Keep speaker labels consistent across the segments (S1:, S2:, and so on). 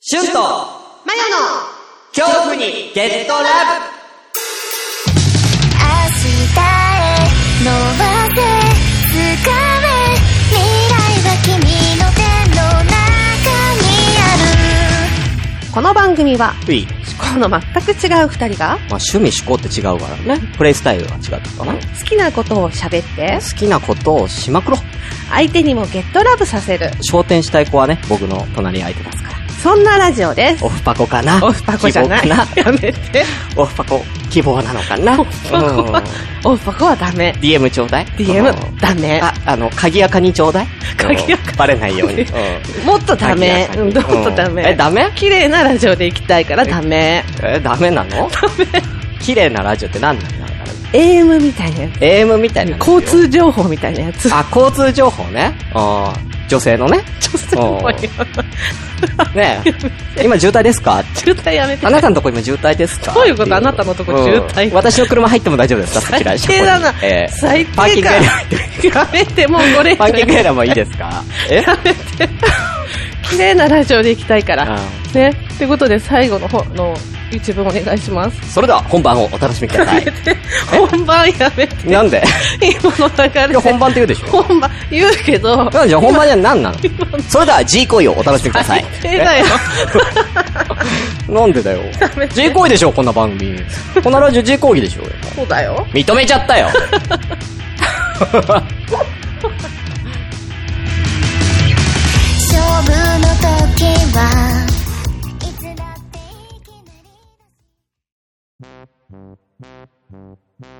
S1: シュンとマヨの恐怖にゲットラブ
S2: 明日へ伸ばせ掴め未来は君の手の中にある
S3: この番組は、
S1: いい。
S3: この全く違う二人が、
S1: まあ、趣味嗜好って違うからね。プレイスタイルが違ったかな。
S3: 好きなことを喋って、
S1: 好きなことをしまくろ。
S3: 相手にもゲットラブさせる、
S1: 焦点したい子はね、僕の隣相手ですから。
S3: そんなラジオです。
S1: オフパコかな
S3: オフパコじゃない。
S1: 希望かな
S3: やめて。
S1: オフパコ、希望なのかなオフ
S3: パコはオフパコはダメ。
S1: DM ちょうだい
S3: DM ダメ。
S1: あ、あの、鍵やかにちょうだい
S3: 鍵垢
S1: うんバレないように。うん
S3: もっとダメ。
S1: 鍵垢
S3: うん
S1: に
S3: もっとダメ。
S1: うんえダメ
S3: 綺麗なラジオで行きたいからダメ。
S1: え、ダメなのダメ。綺麗なラジオって何なんだろう
S3: AM みたいなやつ。
S1: ?AM みたいな。
S3: 交。通情報みたいなやつ。
S1: あ、交通情報ね。あー女性の ね。
S3: 女性もよ。
S1: ねえ今渋滞ですか
S3: 渋滞やめて。
S1: あなたのとこ今渋滞ですか
S3: どういうことあなたのとこ渋滞
S1: うん私の車入っても大丈夫 ですかそちら
S3: 最低だな
S1: 車庫にえ。ー
S3: 最低か。
S1: パーキングエリア入って
S3: やめて、もうこれ以上
S1: パンケーキエラもいいです かえ
S3: 綺麗なラジオで行きたいから。
S1: う
S3: ね。ってことで最後の方の一文お願いします。
S1: それでは本番をお楽しみくだ さい。
S3: 本番やめて。
S1: なんで
S3: 今の
S1: い
S3: 流
S1: や
S3: れ。
S1: 本番って言うでしょ
S3: 本番、言うけど。
S1: なんじゃ本番じゃ何なのそれでは G 行為をお楽しみください。
S3: 低だよ。
S1: えなんでだよ。G 行為でしょこんな番組。こんなラジオ G 行為でしょ
S3: そうだよ。
S1: 認めちゃった よ。
S2: 勝負の時はいつだっていきなり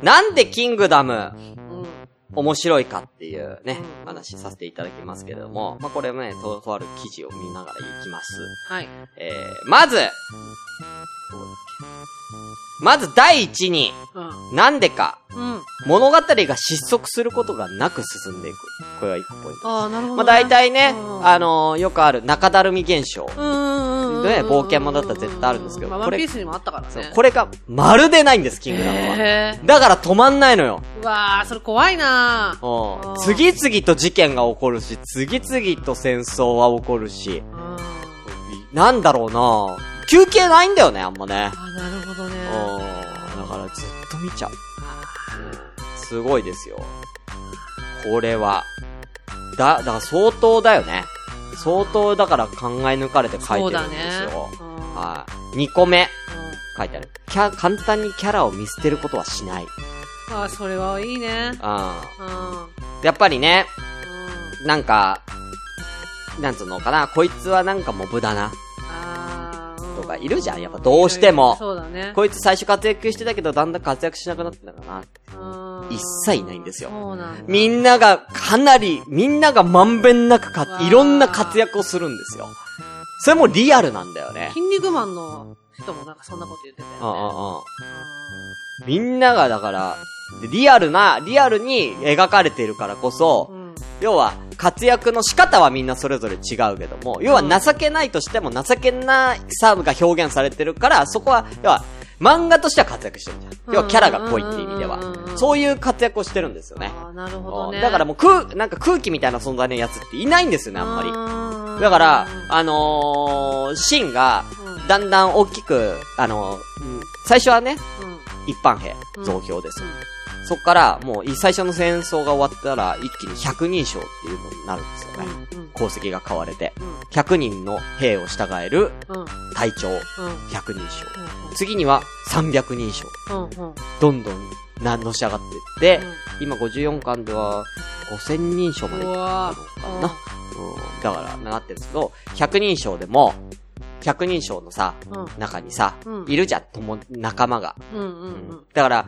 S1: なんでキングダム
S3: うん。
S1: 面白いかっていうね、話させていただきますけれども、まあ、これもね、と、とある記事を見ながらいきます。
S3: はい。
S1: えー、まず、まず第一に、なんでか、
S3: うん。うん。
S1: 物語が失速することがなく進んでいく。これは一個ポイント。
S3: ああ、なるほど。
S1: まあ、大。体ね
S3: う、ん
S1: あのーよくある中だるみ現象。
S3: うんうんうんうん。
S1: ね冒険もだったら絶対あるんですけど
S3: まあ、ワ
S1: こ
S3: ン
S1: れ
S3: ピースにもあったからね。
S1: そう、これがまるでないんです、キングダムは。
S3: へえ。
S1: だから止まんないのよ。
S3: うわー、それ怖いなー
S1: う
S3: あ
S1: ん。
S3: ー
S1: 次々と事件が起こるし、次々と戦争は起こるし、
S3: うん。あ
S1: なんだろうな休憩ないんだよね、あんまね。
S3: ー、なるほどね
S1: うん。。だからずっと見ちゃう。うんすごいですよ。これは。だ、だから相当だよね。相当だから考え抜かれて書い
S3: そう
S1: てる
S3: だ
S1: んで
S3: ね
S1: すよ。。
S3: うん
S1: はい。2個目。
S3: うん
S1: 書いてある。キャ、簡単にキャラを見捨てることはしない。
S3: あー、それはいいね。
S1: う
S3: うん。うん
S1: ん。やっぱりね、なんか、なんつうのかな、こいつはなんかモブだな。
S3: あーうん
S1: とかいるじゃんやっぱどうしても
S3: そうだね。
S1: こいつ最初活躍してたけど、だんだん活躍しなくなってたかな。
S3: うん
S1: 一切いないんですよ
S3: そうなんだ。
S1: みんながかなり、みんながまんべんなくか
S3: わ、ー
S1: いろんな活躍をするんですよ。それもリアルなんだよね。
S3: 筋肉マンの人もなんかそんなこと言ってた
S1: うんう
S3: よね。
S1: んうん。みんながだから、でリアルな、リアルに描かれているからこそ、
S3: うん。
S1: 要は、活躍の仕方はみんなそれぞれ違うけども、要は情けないとしても情けないサーブが表現されてるから、そこは、要は、漫画としては活躍してるじゃん。要はキャラが濃いっていう意味では
S3: うんうんうんうんう。ん
S1: そういう活躍をしてるんですよね。
S3: あーなるほどね。
S1: だからもう空、なんか空気みたいな存在のやつっていないんですよね、あんまり。
S3: ま
S1: だから、あのー、シンが、だんだん大きく、あのーうん最初はね、一般兵
S3: う、ん
S1: 増票ですよ。そっから、もうい、最初の戦争が終わったら、一気に100人称っていうのになるんですよね。功績が変われて。100人の兵を従える隊長、100人称。次には、300人称。どんどん、な、のし上がっていって、今54巻では、5000人称までいっ
S3: う
S1: た
S3: わ
S1: のかな。うんだから、なってるんですけど、100人称でも、100人称のさ、中にさ、
S3: うん
S1: いるじゃん、とも、仲間が。
S3: うんう
S1: うん
S3: うん
S1: んだから、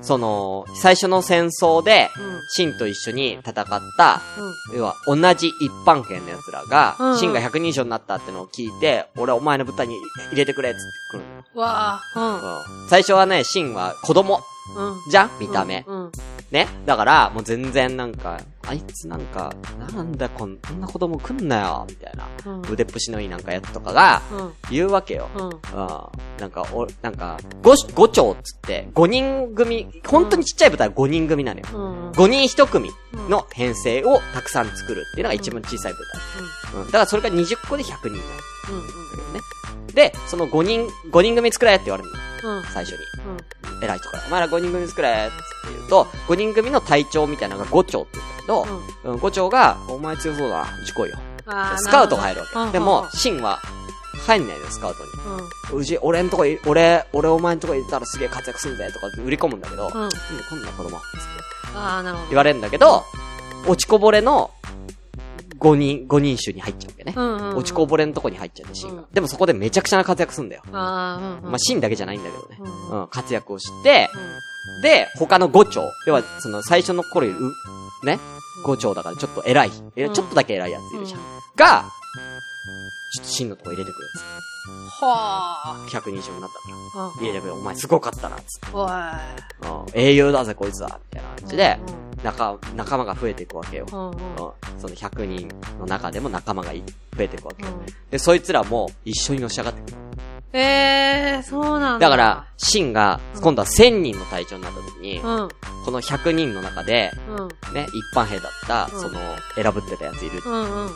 S1: その、最初の戦争で、シンと一緒に戦った、要は、同じ一般圏の奴らが、
S3: うん
S1: シンが100人称になったってのを聞いて、俺はお前の部隊に入れてくれっつってくるの
S3: うわあ
S1: うん最初はね、シンは子供
S3: うんうん
S1: じゃん見た目。
S3: うん
S1: ね。だから、もう全然なんか、あいつなんか、なんだこんこんな子供来んなよ、みたいな。
S3: うん
S1: 腕っぷしのいいなんかやつとかが、
S3: うん
S1: 言うわけよ。
S3: う
S1: う
S3: ん
S1: ん。なんか、お、なんか、五、五丁っつって、五人組、本当にちっちゃい部隊は五人組なのよ。
S3: うん
S1: 五人一組
S3: うん
S1: の編成をたくさん作るっていうのが一番小さい部隊。うん。だからそれが20個で100人にな
S3: うんうん
S1: るんだよね。で、その5人、5人組作れって言われるの。
S3: うん
S1: 最初に。
S3: うん
S1: 偉い人から。お前ら5人組作れって言うと、5人組の隊長みたいなのが5丁って言うんだけど、うん、5丁が、お前強そうだな、うち来いよ。
S3: あー
S1: スカウトが入る
S3: な
S1: わ
S3: ほど
S1: け。でも
S3: あ、
S1: シンは、入んないのよ、スカウトに。
S3: ー
S1: うち、俺んとこい、俺、俺お前んとこ入れたらすげえ活躍するぜ、とかって売り込むんだけど、
S3: うんうん
S1: うん、こんな子供、つって
S3: あーなるほ
S1: 言われるんだけど、落ちこぼれの、5人、5人種に入っちゃうわけね。
S3: どうんうんうん
S1: 落ちこぼれのとこに入っちゃうね、シン
S3: うん
S1: が。でもそこでめちゃくちゃな活躍するんだよ。
S3: あーうんうん
S1: まあ、シンだけじゃないんだけどね。
S3: うん
S1: うん、活躍をして、で、他の5丁。要は、その、最初の頃より、う、ね、5丁だからちょっと偉い。え
S3: うん
S1: ちょっとだけ偉いやついるじゃん。
S3: う
S1: が、ちょっと真のとこ入れてくる
S3: は
S1: やつ。100人称になったから。
S3: あ
S1: 入れてくる。お前すごかったな、つって。う
S3: おい
S1: ん英雄だぜ、こいつは。みたいな感じで、
S3: うん
S1: 仲、仲間が増えていくわけよ。
S3: うんうん
S1: うんその100人の中でも仲間がい増えていくわけ
S3: う。ん
S1: で、そいつらも一緒にのし上がってくる。
S3: えーそうなんだ
S1: だから、シンが、今度は1000人の隊長になった時に、
S3: うん
S1: この100人の中で、
S3: うん
S1: ね、一般兵だった、
S3: うん
S1: その、選ぶってたやついる。
S3: うんうん
S1: うん。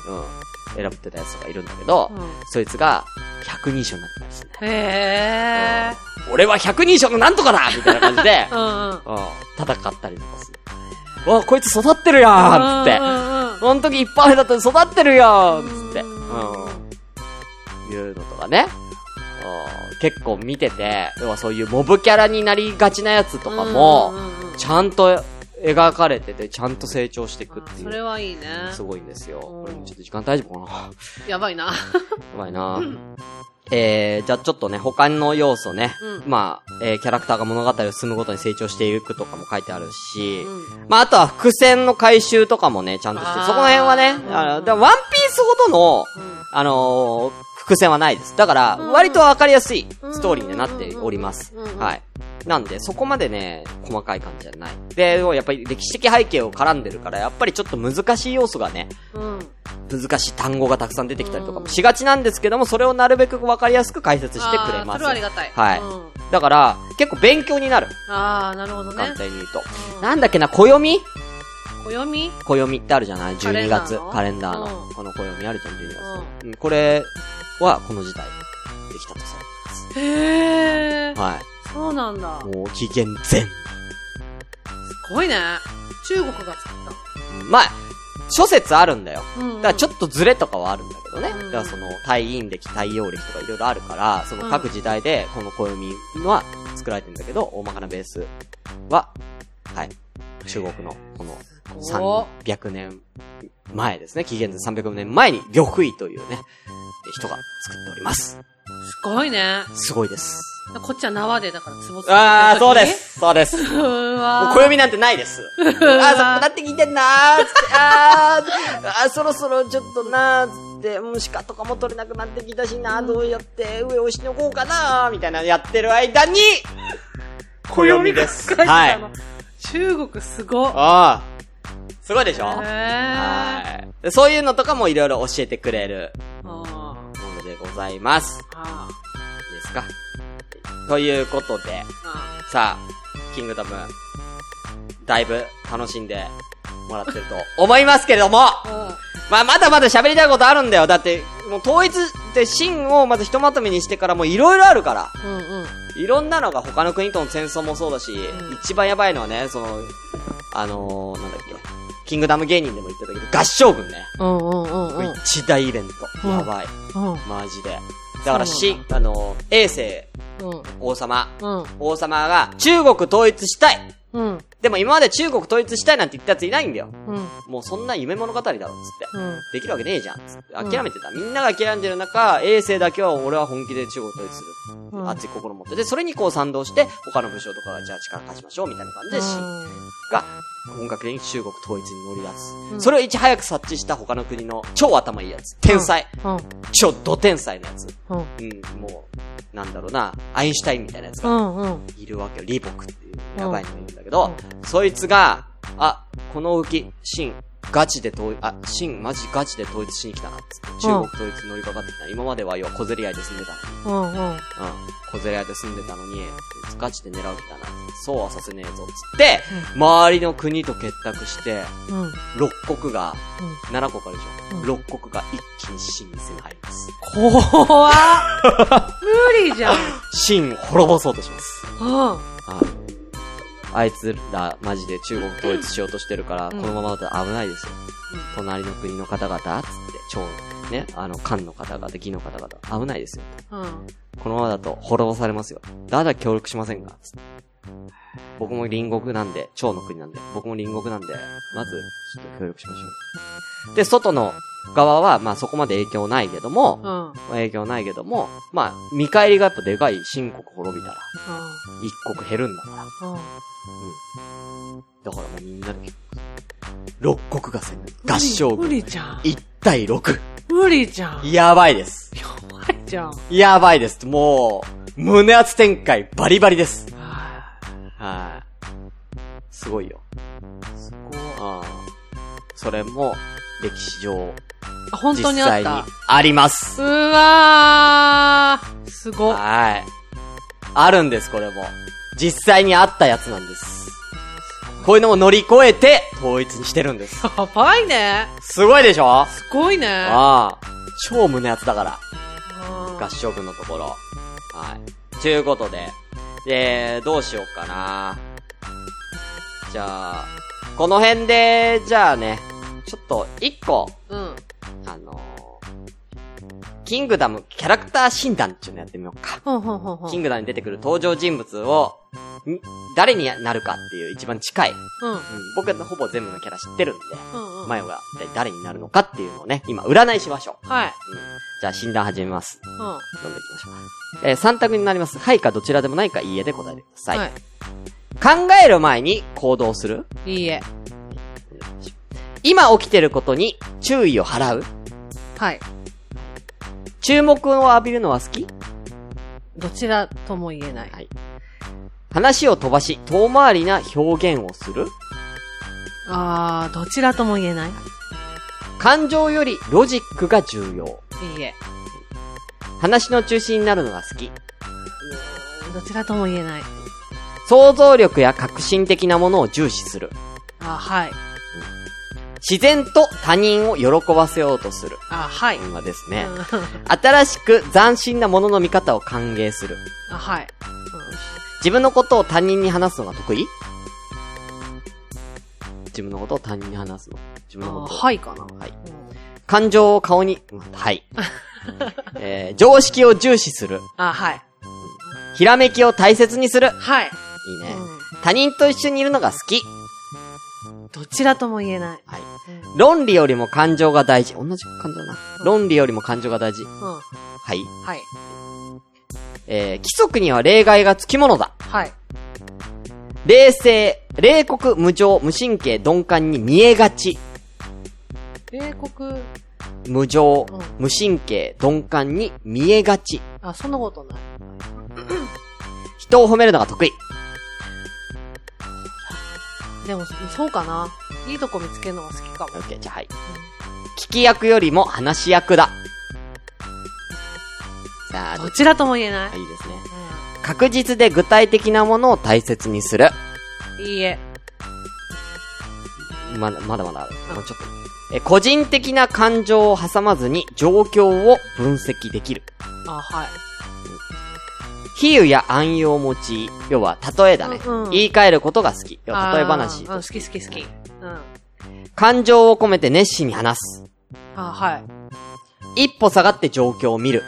S1: 選ぶってたやつとかいるんだけど、
S3: うん
S1: そいつが、100人称になってたりするんだよ。
S3: へえ
S1: うん俺は100人称のなんとかだみたいな感じで、
S3: うんうん
S1: うん。戦ったりとかする。わ、こいつ育ってるやんつって
S3: う。んうん
S1: その時一般兵だったら育ってるよつって。
S3: う
S1: うんん。いうのとかね。うん結構見てて、要はそういうモブキャラになりがちなやつとか
S3: う
S1: も
S3: ん、うんうん
S1: ちゃんと描かれてて、ちゃんと成長していくっ
S3: あ
S1: て
S3: それ
S1: いう。
S3: はいいね
S1: すごいんですよ。これ
S3: うん
S1: ちょっと時間大丈夫かなや
S3: やばいな
S1: ばいなえー、じゃあちょっとね、他の要素ね。
S3: うん
S1: まあ、えー、キャラクターが物語を進むごとに成長していくとかも書いてあるし、
S3: うん
S1: まあ、あとは伏線の回収とかもね、ちゃんとして
S3: あー
S1: る、そこの辺はね、あの、でもワンピースほどの、
S3: うん
S1: あのー伏線はないです。だから、
S3: うん
S1: 割とわかりやすい
S3: うん
S1: ストーリーになっております。
S3: うん
S1: はい。なんで、そこまでね、細かい感じじゃない。で、やっぱり歴史的背景を絡んでるから、やっぱりちょっと難しい要素がね、
S3: うん
S1: 難しい単語がたくさん出てきたりとか
S3: うん
S1: もしがちなんですけども、それをなるべくわかりやすく解説してくれ
S3: あー
S1: ま
S3: そ
S1: す
S3: れは。ありがたい
S1: はい
S3: うん
S1: だから、結構勉強になる。
S3: ああなるほどね
S1: 簡単に言うと。
S3: うん
S1: なんだっけな、暦
S3: 暦
S1: 暦ってあるじゃない ?12 月。
S3: カ
S1: カ
S3: レ
S1: レ
S3: ン
S1: ン
S3: ダ
S1: ダ
S3: ー
S1: ー
S3: の
S1: の。この暦あるじゃん、12
S3: う
S1: 月。うんこれは、この時代、できたとさ。
S3: へえ
S1: は
S3: そうなんだ
S1: い。もう、紀元前。
S3: すごいね中国が作っ
S1: まあ、諸説あるんだよ。
S3: たうんう
S1: だ
S3: ん
S1: からちょっとズレとかはあるんだけどね。
S3: うん
S1: だからその、退院歴、太陽暦とかいろいろあるから、その各時代で、この暦は作られてんだけど、大まかなベースは、はい。中国の、この、
S3: すご
S1: 300年前ですね。紀元前300年前に、呂不韋というね、人が作っております。
S3: すごいね
S1: すごいです。
S3: こっちは縄でだから壺つ
S1: あー、 そうです。そうです。
S3: うわ
S1: もう
S3: ー
S1: 暦なんてない です。あー、そこだって聞いてんなー、つって、あー、あーそろそろちょっとなー、つって、うん、鹿とかも取れなくなってきたしなー、どうやって上をしのごうかなー、みたいなのやってる間に、暦です。
S3: 暦が
S1: は
S3: 書いてたの
S1: い。
S3: 中国すごっ
S1: あー、すごいでしょ
S3: へー
S1: はいで。そういうのとかもいろいろ教えてくれる
S3: あー
S1: ものでございます。
S3: あー
S1: いいですかということで、
S3: あ
S1: さあ、キングダム、だいぶ楽しんでもらってると思いますけれども、
S3: ーうん
S1: まあ、まだまだ喋りたいことあるんだよ。だって、もう統一って真をまずひとまとめにしてからもういろいろあるから、
S3: うんうん。
S1: いろんなのが他の国との戦争もそうだし、
S3: ん
S1: 一番やばいのはね、その、あのー、なんだっけ、キングダム芸人でも言ってたけど、合唱軍ね。
S4: うんうんうんうん。
S1: 一大イベント。
S4: うん
S1: やばい。
S4: うん
S1: マジで。だから、
S4: そう
S1: し
S4: なん、
S1: あのー、衛星
S4: うん
S1: 王様、
S4: うん
S1: 王様が中国統一したい
S4: うん
S1: でも今まで中国統一したいなんて言ったやついないんだよ。
S4: うん
S1: もうそんな夢物語だろ、つって。
S4: うん
S1: できるわけねえじゃん、つって。
S4: うん
S1: 諦めてた。みんなが諦めてる中、衛星だけは俺は本気で中国統一する。
S4: うん
S1: 熱い心を持って。で、それにこう賛同して、他の武将とかがじゃあ力貸しましょう、みたいな感じで、秦が本格的に中国統一に乗り出す。
S4: うん
S1: それをいち早く察知した他の国の超頭いいやつ。天才。
S4: うん
S1: 超ド天才のやつ。
S4: うん
S1: うん、もう、なんだろうな、アインシュタインみたいなやつが
S4: うんうん
S1: いるわけよ。リボクっていう、やばいのがいるんだけど、そいつが、あ、この浮き、シン、ガチで統一、あ、シン、マジガチで統一しに来たなっつって。中国統一乗りかかってきた。今までは要は小競り合いで住んでたの
S4: うんうん。
S1: うん。小競り合いで住んでたのに、ガチで狙う気だな。そうはさせねえぞ。つって、周りの国と結託して、
S4: うん。
S1: 6国が、7国あるでしょ。
S4: うん
S1: 6国が一気に秦に攻め入ります。
S3: 怖っ無理じゃん。
S1: 秦を滅ぼそうとします。
S3: うん。
S1: はい。あいつら、マジで中国統一しようとしてるから、このままだと危ないですよ。隣の国の方々、つって、長ね、あの、漢の方々、義の方々、危ないですよ。
S3: うん。
S1: このままだと滅ぼされますよ。だだ協力しませんが、つって僕も隣国なんで、蝶の国なんで、僕も隣国なんで、まず、ちょっと協力しましょう。で、外の側は、まあそこまで影響ないけども、
S3: うん。うん。
S1: 影響ないけども、まあ、見返りがやっぱでかい新国滅びたら、一国減るんだから。だからもうみんなで、六国が攻める。合唱
S3: 無
S1: 軍。
S3: 理じゃん。
S1: 1対6。
S3: 無理じゃん。
S1: やばいです。
S3: やばいじゃん。
S1: やばいです。もう、胸圧展開バリバリです。
S3: は
S1: はい。すごいよ。
S3: いすごい
S1: あそれも、歴史上、
S3: あ、本当
S1: 実
S3: にあ
S1: 際に
S3: った。
S1: あります。
S3: うわー。すごっ。
S1: はい。あるんです、これも。実際にあったやつなんです。こういうのを乗り越えて、統一にしてるんです。
S3: やばいね。
S1: すごいでしょあ
S3: すごいね。
S1: あ。超胸圧だから。
S3: うん
S1: 合唱部のところ。はい。ちゅうことで。で、どうしようかな。じゃあ、この辺で、じゃあね、ちょっと、一個、
S3: うん。
S1: あのー、キングダムキャラクター診断っていうのやってみようか。
S3: ほんほんほんほん。
S1: キングダムに出てくる登場人物を、ん誰になるかっていう一番近い。うん、
S3: うん。
S1: 僕はほぼ全部のキャラ知ってるんで、
S3: うんうん。
S1: マヨが一体誰になるのかっていうのをね、今占いしましょう。
S3: はい。
S1: じゃあ診断始めます。
S3: うん。は
S1: 読んでいきましょう。えー、3択になります。はいかどちらでもないかいいえで答えてください。
S3: い。
S1: 考える前に行動する
S3: いいえ。
S1: 今起きてることに注意を払う
S3: はい。
S1: 注目を浴びるのは好き
S3: どちらとも言えない。
S1: はい話を飛ばし、遠回りな表現をする
S3: あー、どちらとも言えない。
S1: 感情よりロジックが重要。
S3: いいえ。
S1: 話の中心になるのが好き。
S3: どちらとも言えない。
S1: 想像力や革新的なものを重視する。
S3: あ、はい。
S1: 自然と他人を喜ばせようとする。
S3: あ、はい。
S1: 今ですね。
S3: あ、
S1: 新しく斬新なものの見方を歓迎する。
S3: はい。
S1: 自分のことを他人に話すのが得意自分のことを他人に話すの。自分
S3: あ
S1: のことを。
S3: はいかな。
S1: はい。感情を顔に、うん はい。えー常識を重視する。
S3: あ、はい。
S1: ひらめきを大切にする。
S3: はい。
S1: いいね。他人と一緒にいるのが好き。
S3: どちらとも言えない。
S1: はい。論理よりも感情が大事。同じ感情だな。論理よりも感情が大事。
S3: うん。
S1: はい。
S3: はい。
S1: えー、規則には例外がつきものだ。
S3: はい。
S1: 冷静、冷酷、無情、無神経、鈍感に見えがち。
S3: 米国、
S1: 無情
S3: うん、
S1: 無神経、鈍感に見えがち。
S3: あ、そんなことない。
S1: 人を褒めるのが得意。
S3: でも、そうかな。いいとこ見つけるのが好きかも
S1: オ。ッケー、じゃあはい。聞き役よりも話し役だ。さあ、ど
S3: ど
S1: っ
S3: ちらとも言えない
S1: ち。いいですね。確実で具体的なものを大切にする。
S3: うんいいえ。
S1: まだ、まだまだある。もうちょっと。え、個人的な感情を挟まずに状況を分析できる。
S3: あ、はい。
S1: 比喩や暗喩を用い、要は例えだね。
S3: うんうん
S1: 言い換えることが好き。要は
S3: あ
S1: 例え
S3: ー
S1: 話
S3: うん、。好き好き好き。うん。
S1: 感情を込めて熱心に話す。
S3: あ、はい。
S1: 一歩下がって状況を見る。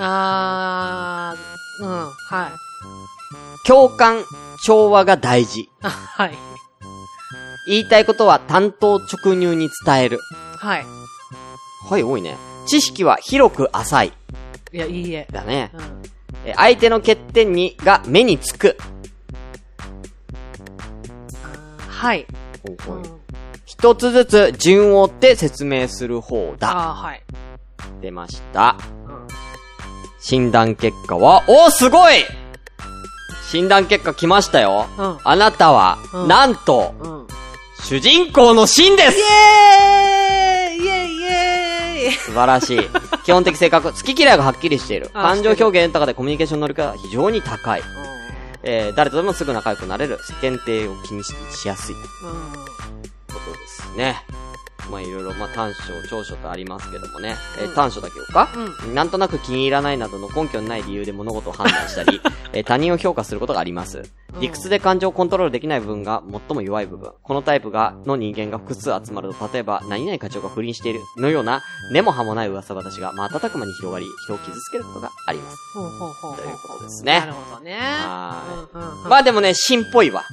S3: あー、うん、はい。
S1: 共感、調和が大事。
S3: あ、はい。
S1: 言いたいことは担当直入に伝える。
S3: はい。
S1: はい、多いね。知識は広く浅い。
S3: いや、いいえ。
S1: だね
S3: う。ん。
S1: え相手の欠点に、が目につく。
S3: はい。うん
S1: 一つずつ順を追って説明する方だ。
S3: あー、はい。
S1: 出ました。
S3: うん
S1: 診断結果は、おーすごい診断結果来ましたよ。
S3: うん
S1: あなたは、
S3: うん
S1: なんと、
S3: うん。
S1: 主人公のシンで
S3: イ
S1: す
S3: エーイイエーイイエーイ
S1: 素晴らしい。基本的性格、好き嫌いがはっきりしている。
S3: あ
S1: 感情表現豊かでコミュニケーション能力が非常に高い。えー、誰とでもすぐ仲良くなれる。世間体を気にししやすい。
S3: うん
S1: ことですね。まあいろいろ、まあ短所、長所とありますけどもね。えー短所だけをか、なんとなく気に入らないなどの根拠のない理由で物事を判断したり、えー他人を評価することがあります。理屈で感情をコントロールできない部分が最も弱い部分。このタイプが、の人間が複数集まると、例えば、何々課長が不倫している、のような、根も葉もない噂話が瞬く間に広がり、人を傷つけることがあります。
S3: ほうほうほうほう
S1: ということですね
S3: なるほどね。
S1: は
S3: うんうん
S1: ー
S3: う
S1: い。
S3: ん
S1: まあでもね、芯っぽいわ。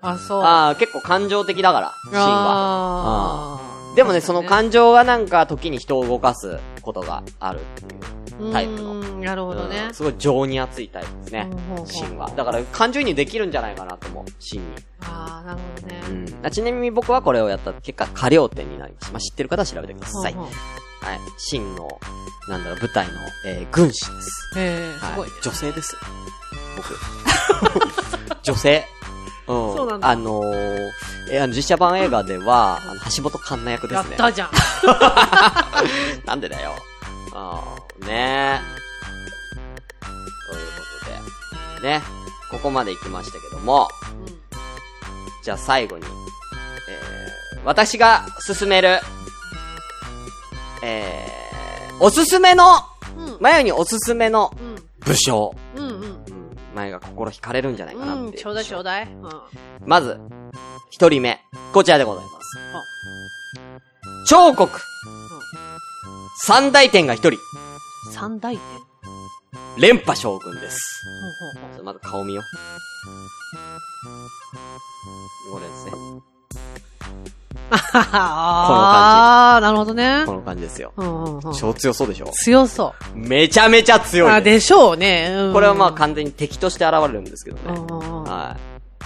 S3: あ、そう。
S1: あー結構感情的だから、芯は。
S3: あー
S1: でもね、その感情はなんか時に人を動かすことがあるっていう。タイプの
S3: うーんなるほどね
S1: うん。すごい情に熱いタイプですね。
S3: ほうほう
S1: 芯は。だから感情移入できるんじゃないかなと思う、芯に。
S3: ああ、なるほどね。
S1: うんあちなみに僕はこれをやった結果、過料点になりました。まあ、知ってる方は調べてくだ
S3: ほう
S1: さい。
S3: ほう
S1: はい。芯の、なんだろう、舞台の、えー、軍師です。
S3: へえ、
S1: はい。
S3: すごいね。
S1: 女性です。 僕。女性。うん。
S3: そうなんだ
S1: あのー、えーあの、実写版映画では、あの、橋本環奈役で
S3: やっ
S1: すね。
S3: たじ ゃん。
S1: なんでだよ。ああ、ねえ。ということで、ね。ここまで行きましたけども、じゃあ最後に、えー、私が勧める、えー、おすすめの、
S3: うん。うん。
S1: まゆにおすすめの
S3: う
S1: 武将。
S3: ん。うん。
S1: うん。まゆが心惹かれるんじゃないかなって
S3: う
S1: い
S3: ん。ちょうだいちょうだい。うん。
S1: まず、一人目、こちらでございます。彫刻、三大天が一人、
S3: 三大点。
S1: 連覇将軍です。
S3: ほうほう
S1: ちょ
S3: ほ
S1: っとまず顔見よう。これですね。
S3: う。ああ、なるほどね
S1: こ。の感じですよ。
S3: うんうんうん。
S1: 超強そうでしょ
S3: 強そ
S1: めちゃめちゃ
S3: う。
S1: 強
S3: あ、
S1: いです。
S3: でしょうね。うん
S1: これはまあ完全に敵として現れるんですけど
S3: う
S1: ね。
S3: んうんうん。
S1: はい。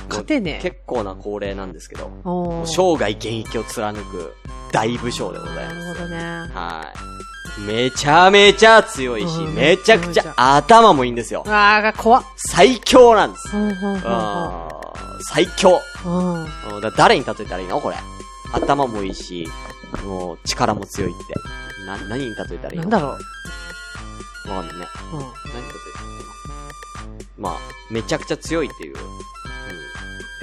S3: 勝てねえ
S1: もう結構な高齢なんですけど、も
S3: お
S1: う
S3: ー
S1: 生涯現役を貫く大武将でございま
S3: なるほ
S1: す。
S3: どね。
S1: はい。めちゃめちゃ強いし、
S3: うん
S1: めちゃくちゃ頭もいいんですよ。
S3: ああ、が怖っ。
S1: 最強なんです。
S3: うんうんうんうん
S1: あー最強。
S3: うん。
S1: うん、だ誰に例えたらいいのこれ。頭もいいし、もう力も強いって。な、何に例えたらいい
S3: な
S1: の
S3: んだろ
S1: うわかんないね。
S3: う。う
S1: 何に例えた
S3: ん。
S1: らいいのまあ、めちゃくちゃ強いっていう。う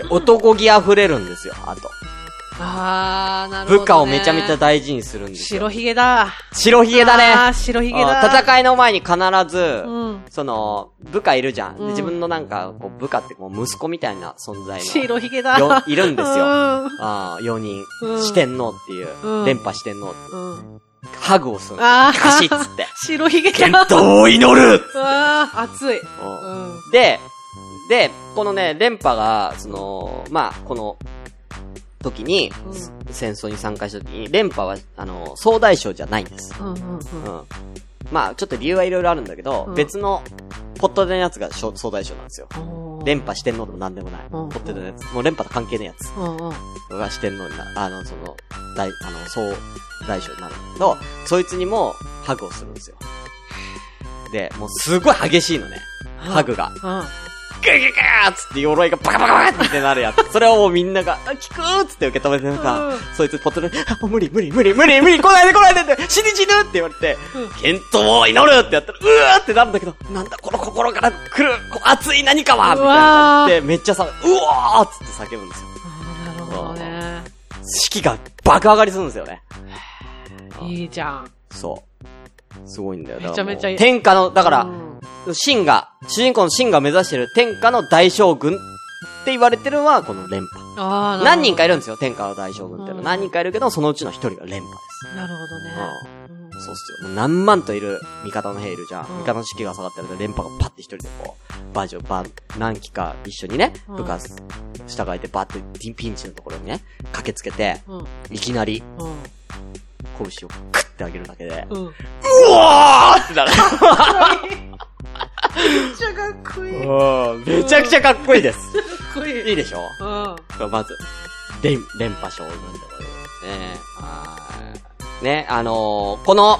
S1: ん。で、男気溢れるんですよ、あと。
S3: ああ、なるほど、ね。
S1: 部下をめちゃめちゃ大事にするんですよ。
S3: 白ひげだ。
S1: 白ひげだ
S3: あ
S1: ね。
S3: ー白ひげ
S1: うん
S3: だ。
S1: 戦いの前に必ず、
S3: うん。
S1: その、部下いるじゃん。で
S3: うん
S1: 自分のなんか、こう部下ってこう息子みたいな存在の。
S3: 白ひげだ。
S1: よいるんですよ
S3: うん。
S1: ああ、4人
S3: う。ん
S1: 四天王っていう。
S3: うん
S1: 連覇四天王っていう
S3: うん。
S1: ハグをするの。
S3: あー
S1: カシッつって。
S3: 白ひげだ。
S1: 健闘を祈る
S3: ああ、熱い。
S1: うん
S3: うん。
S1: で、で、このね、連覇が、その、まあ、この、時に、
S3: うん
S1: 戦争に参加した時に、連覇は、あの、総大将じゃないんです。
S3: うんうん
S1: う
S3: うん。
S1: ん。まあ、ちょっと理由はいろいろあるんだけど、
S3: うん
S1: 別の、ポットでのやつがしょ総大将なんですよ。
S3: おー
S1: 連覇してんのでもなんでもない。
S3: うん
S1: ポットでのやつ。もう連覇と関係ないやつ。
S3: うんうん。
S1: がしてんのにな、あの、その、大、あの、総大将になるんだけど、そいつにも、ハグをするんですよ。で、もうすごい激しいのね。ハグが。
S3: うん。
S1: グギガーっつって鎧がバカバカバカってなるやつ。それをもうみんなが、あ、聞くーっつって受け止めてなんか、
S3: うん
S1: そいつポトル、あ、もう無理無理無理無理無理来ないで来ないでって、死ぬ死ぬって言われて、
S3: うん
S1: 健闘を祈るってやったら、うわーってなるんだけど、なんだこの心から来る、こう熱い何かはみたいな感じで、めっちゃさ、うわーっつって叫ぶんですよ。
S3: あーなるほどね。
S1: 士気が爆上がりするんですよね。
S3: いいじゃん。
S1: そう。すごいんだよ。だ
S3: め
S1: か
S3: ちゃ
S1: らもう
S3: めちゃいい
S1: 天下の、だから
S3: う、ん
S1: シンが、主人公のシンが目指してる天下の大将軍って言われてるのは、この連覇。
S3: ああ、
S1: 何人かい
S3: る
S1: るんですよ、天下の大将軍っていうのは。
S3: うん
S1: 何人かいるけど、そのうちの一人が連覇です。
S3: ほど。なるほどね。うん
S1: そうっすよ。もう何万といる味方の兵いるじゃん。
S3: うん
S1: 味方の士気が下がってるで、連覇がパッて一人でこう、バージョン、バー、何機か一緒にね、
S3: うん
S1: 部下、従えてバーってピンピンチのところにね、駆けつけて、
S3: うん。
S1: いきなり
S3: うん。
S1: 拳をクッて上げるだけで、
S3: うん。
S1: うわーって なる。
S3: めっちゃかっこいい。か
S1: うんめちゃくちゃかっこいいです。
S3: っこいい。
S1: いいでしょ
S3: うん。
S1: まず、連、連覇将軍でございますね。はーいね、あのーこの、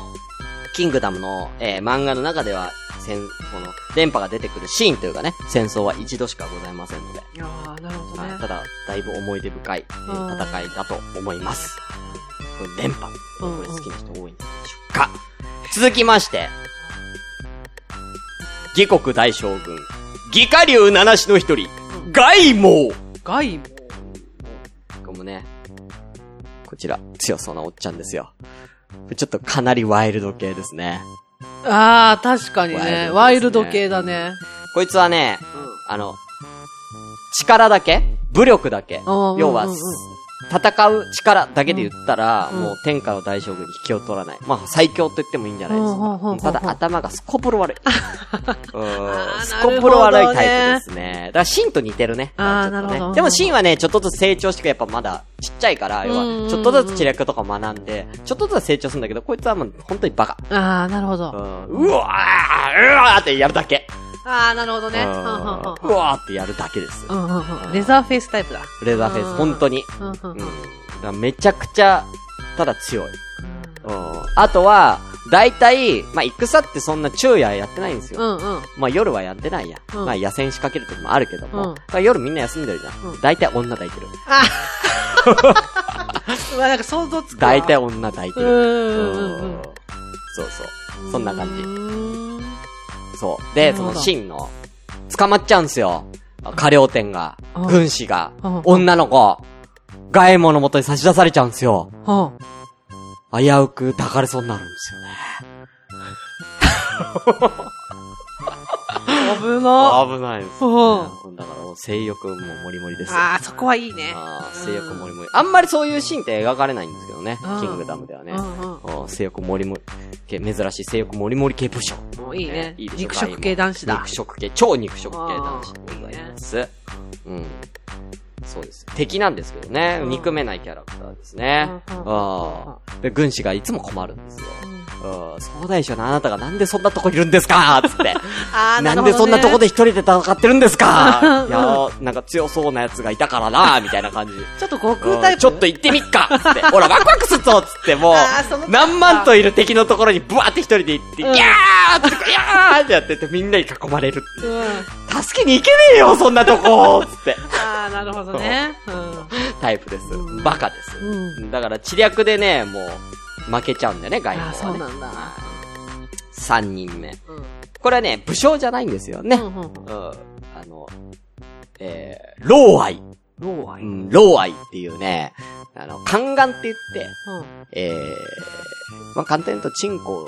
S1: キングダムの、えー漫画の中では、戦、この、連覇が出てくるシーンというかね、戦争は一度しかございませんので、
S3: ああ、なるほど
S1: はい
S3: ね
S1: た。だ、大いぶ思い出深い、えー
S3: うん
S1: 戦いだと思います。これ連覇。
S3: う
S1: こ
S3: んうん
S1: れ好きな人多いんじゃないでしょうか。続きまして、義国大将軍、義家流七子の一人、外毛
S3: ガイも。
S1: これもね、こちら、強そうなおっちゃんですよ。これちょっとかなりワイルド系ですね。
S3: ああ、確かにね。ワ
S1: ワ
S3: イ
S1: イ
S3: ル
S1: ル
S3: ド
S1: ド
S3: 系
S1: 系
S3: だね。
S1: こいつはね、あの、力だけ武力だけ
S3: んうんうん
S1: 要は、戦う力だけで言ったら、
S3: うん
S1: もう天下の大将軍に引きを取らない。まあ、最強と言ってもいいんじゃないです
S3: うんうんうんうん
S1: か。ただ、頭がすこぶる悪い。 うんすこ
S3: なるほ
S1: ぶる
S3: どね
S1: 悪いタイプですね。だから、シンと似てるね。
S3: あー
S1: ちょっと
S3: なるほど
S1: ね。でも、シンはね、ちょっとずつ成長してくやっぱまだちっちゃいから、要
S3: うんうんうん
S1: は、ちょっとずつ知略とか学んで、ちょっとずつ成長するんだけど、こいつはもう本当にバカ。
S3: ああ、なるほど。
S1: うん
S3: あ
S1: うわーうわーってやるだけ。
S3: あ、なるほどね。
S1: う
S3: うんん
S1: う
S3: うんうんうん
S1: わーってやるだけですよ。
S3: うんうんうんレザーフェイスタイプだ。
S1: レザーフェイ
S3: う
S1: ス、
S3: ん
S1: 本当に。
S3: うんうん
S1: うん。
S3: う
S1: だ
S3: ん
S1: からめちゃくちゃ、ただ強い。うん。あとは、大体、まあ、戦ってそんな昼夜やってないんですよ。
S3: うんうん。
S1: まあ、夜はやってないや。
S3: うん
S1: まあ、野戦仕掛ける時もあるけども。
S3: う
S1: ま
S3: ん
S1: あ、夜みんな休んでるじゃん。
S3: うん
S1: 大体女抱いてる。
S3: うわ、なんか想像つくわ。
S1: 大体女抱いてる。
S3: うんうんうんうん
S1: うんそうそう。そんな感じ
S3: う。ーん
S1: そう。
S3: な
S1: で、
S3: る
S1: そ
S3: ほど
S1: の真の、捕まっちゃうんすよ。過料店が
S3: うん、
S1: 軍師が
S3: うん、
S1: 女の子、外衛門の元に差し出されちゃうんすよ。
S3: は
S1: 危うく抱かれそうになるんですよね。
S3: あ危な。
S1: 危ないです、ね。
S3: う
S1: だから、性欲もモリモリですよ。
S3: ああ、そこはいいね。
S1: あー性欲モリモリ。あんまりそういうシーンって描かれないんですけどね
S3: うん。
S1: キングダムではね。
S3: うんう
S1: あ
S3: ん
S1: ー性欲モリモリ系、珍しい性欲モリモリ系武将。
S3: もういいね。
S1: いいでしょ
S3: 肉食系男子だ
S1: 肉。食系、超肉食系男子でございます。うん。そうです。敵なんですけどね。
S3: うん
S1: 憎めないキャラクターですね。
S3: うんうん
S1: ああ。で、軍師がいつも困るんですよ。うん。総大将のあなたがなんでそんなとこいるんですかつって。
S3: あー
S1: なんでそんなとこで一人で戦ってるんです か
S3: うん
S1: いやー、なんか強そうな奴がいたからなみたいな感じ。
S3: ちょっと悟空タイ
S1: うん
S3: プ。
S1: ちょっと行ってみっかつって。 ほら、ワクワクすっぞつって、も
S3: あーその。
S1: う、何万といる敵のところにブワーって一人で行って、ギャーって、ギャーってやってて、みんなに囲まれるっていううん助けに行けねえよ、そんなとこつ って。
S3: ああ、なるほ どね。うん。
S1: タイプです
S3: うん。
S1: バカです。
S3: う
S1: だから、知略でね、もう、負けちゃうんだよね、外
S3: ああ、そ
S1: 交
S3: う
S1: は
S3: な
S1: ね。
S3: んだ。
S1: 3人目。
S3: うん。
S1: これはね、武将じゃないんですよね。
S3: うんう
S1: う
S3: ん
S1: んあの、えー、老愛。
S3: うん。ローア
S1: う
S3: イ。うん。
S1: ん、老愛っていうね、あの、宦官って言って、えー、まあ、簡単に言うと、チンコを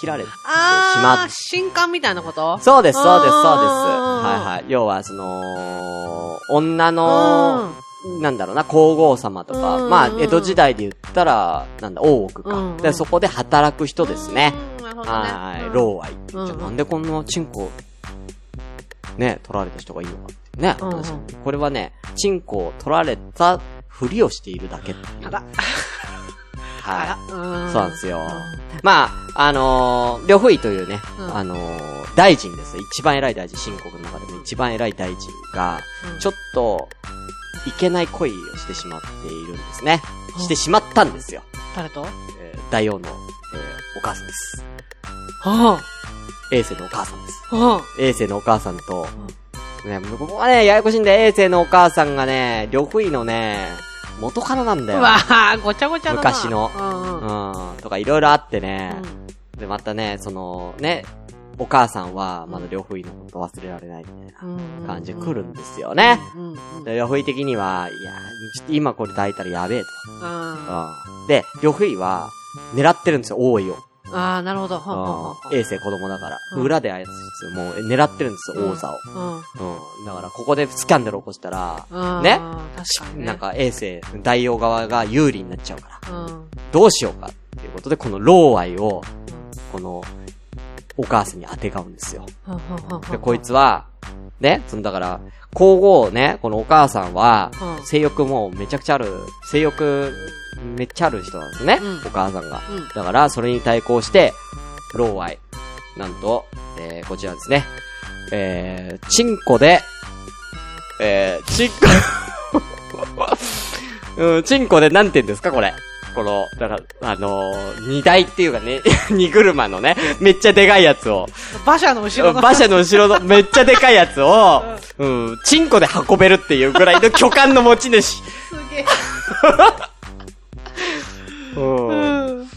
S1: 切られてしま
S3: ああ
S1: っ、
S3: 新刊みたいなこと
S1: そうです、そうです、そうです。
S3: あー
S1: はいはい。要は、その、女
S3: うん
S1: の、なんだろうな、皇后様と
S3: う
S1: か、
S3: ん
S1: まあ、江戸時代で言ったら、なんだ、大奥
S3: うんうん
S1: か。で、そこで働く人ですね。。
S3: うんなるほどね。
S1: は
S3: うん
S1: い、老愛。じゃ
S3: うん
S1: あなんでこんなチンコ、ね、取られた人がいいのかってね、
S3: うんうん
S1: 話これはね、チンコを取られたふりをしているだけっていう。
S3: あら
S1: はい。
S3: うん。
S1: そうなんですよ。まあ、あのー、呂不韋というね、
S3: うん
S1: あのー、大臣ですよ。一番偉い大臣、秦国の中でも一番偉い大臣が、
S3: うん
S1: ちょっと、いけない恋をしてしまっているんですね。してしまったんですよ。
S3: 誰と
S1: えー大王の、えーお母さんです。
S3: あ
S1: 衛星のお母さんです。
S3: あ、あ
S1: 衛星のお母さんと、ね、もうここはね、ややこしいんで、衛星のお母さんがね、呂不韋のね、元カノなんだ
S3: あ。う
S1: よ。
S3: わあ、ごちゃごちゃだな。
S1: 昔の
S3: うんうん。
S1: うん、とかいろいろあってね、
S3: うん
S1: で、またね、その、ね、お母さんは、まだ両夫のこと忘れられないみたいな感じで来るんですよね。
S3: うんうんうん
S1: で、両夫的には、いやー、ちょっと今これ抱いたらやべえと。
S3: あ
S1: うん、で、両夫は、狙ってるんですよ、王位を。
S3: あ、なるほど。はんはんはんは
S1: うん衛星子供だから。
S3: うん
S1: 裏で操りつつ、もう狙ってるんですよ、王座を。
S3: ん
S1: うん。だから、ここでスキャンダル起こしたら、
S3: うん。
S1: ね
S3: うん確かにね。
S1: なん、か衛星、大王側が有利になっちゃうから、
S3: うん。
S1: どうしようかっていうことで、この老愛を、この、お母さんに当てがうんですよ。
S3: はんはんはんはん
S1: で、こいつは、ね、そのだから、皇后をね、このお母さんは
S3: う、ん
S1: 性欲もめちゃくちゃある、性欲めっちゃある人なんですね、
S3: うん
S1: お母さんが。
S3: うん
S1: だから、それに対抗して、老愛。なんと、えー、こちらですね。えー、チンコで、えー、チンコ、 うん、チンコで何点ですかこれ。この、 だから、あのー、荷台っていうかね、荷車のね、めっちゃでかいやつを、
S3: 馬車の後ろの。
S1: 馬車の後ろのめっちゃでかいやつを、うん、チンコで運べるっていうぐらいの巨漢の持ち主。
S3: すげえ。
S1: うん。
S3: うん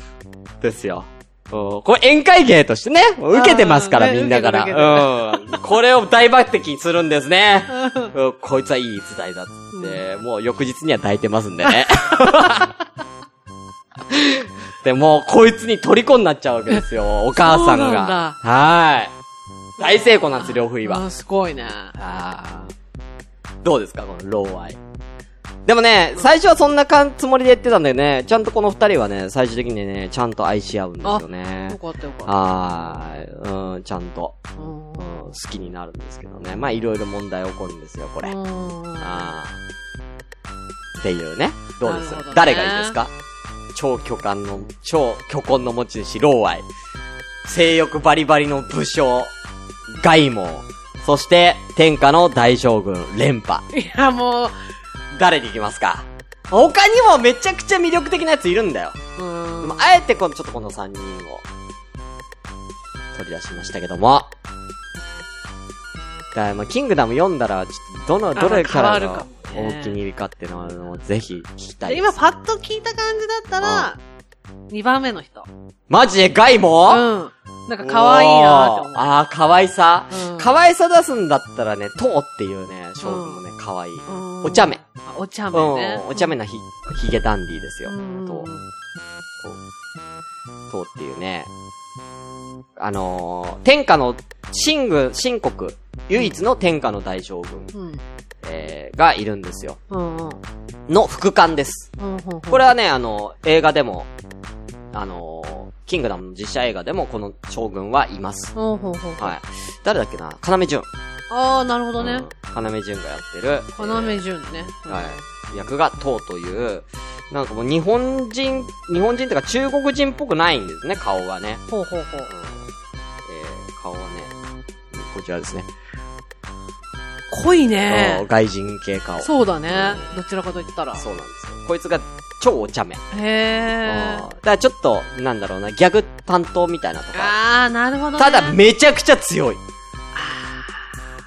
S1: ですよ。うんこれ宴会芸としてね、受けてますから、
S3: うん
S1: みんなか
S3: 受けてる
S1: ら。うん。これを大抜擢するんですね。うんこいつはいい逸材だっつって、もう翌日には抱いてますんでね。 で、もうこいつに虜になっちゃうわけですよ、お母さん
S3: そうなん
S1: が
S3: だ。
S1: はーい。大成功なんです、両夫は。
S3: あすごいね。
S1: ああ。どうですか、この老愛。でもね、最初はそんなかんつもりで言ってたんだよね。ちゃんとこの二人はね、最終的にね、ちゃんと愛し合うんですよ
S3: よ
S1: ね。
S3: かったよかっ
S1: ああ、うん、ちゃんと、
S3: た。うん
S1: うん、好きになるんですけどね。まあ、いろいろ問題起こるんですよ、これ。あ
S3: うん
S1: あ。っていうね。どうです
S3: なるほどね
S1: 誰がいいですか超巨漢の、超巨根の持ち主、老愛。性欲バリバリの武将、外門。そして、天下の大将軍、連覇。
S3: いや、もう、
S1: 誰に行きますか他にもめちゃくちゃ魅力的なやついるんだよ。
S3: うん。
S1: でも、あえてこの、ちょっとこの3人を、取り出しましたけども。だから、まあ、キングダム読んだら、ちょっとどの、
S3: あ
S1: どれから
S3: 変わ
S1: が
S3: るかもね
S1: 大きにいるかっていうのは、もうぜひ聞きたい
S3: で
S1: です。
S3: 今パッと聞いた感じだったら、2番目の人。
S1: マジでガイ
S3: う
S1: も
S3: ん。なんか可愛いなって思う。
S1: ああー、可愛さ。
S3: うん
S1: 可愛さ出すんだったらね、トウっていうね、将軍もね、可愛い。
S3: うん
S1: お茶目。
S3: あお茶
S1: う
S3: 目ね。
S1: ん、お茶目なひ、ヒゲダンディーですよ。
S3: うん
S1: トウ。とっていうね、あのー天下の、秦軍、秦国、唯一の天下の大将軍、
S3: うん。
S1: えーがいるんですよ。
S3: うんうん。
S1: の副官です。
S3: うんうんうん
S1: これはね、あの映画でも、あのーキングダムの実写映画でもこの将軍はいます。
S3: ほうほうほう。
S1: はい。誰だっけな要潤。
S3: ああ、なるほどね。
S1: うん要潤がやってる。
S3: 要潤ね。
S1: はい。役が唐という、なんかもう日本人、日本人っていうか中国人っぽくないんですね、顔がね。
S3: ほうほうほう。
S1: えー顔はね、こちらですね。
S3: 濃い
S1: あの
S3: ね。
S1: 外人系顔。
S3: そうだね。どちらかと言ったら。
S1: そうなんですよ。こいつが超お茶目。
S3: へ
S1: あーだ
S3: ー
S1: からちょっと、なんだろうな、ギャグ担当みたいなとか。
S3: あー、なるほどね。
S1: ただ、めちゃくちゃ強い。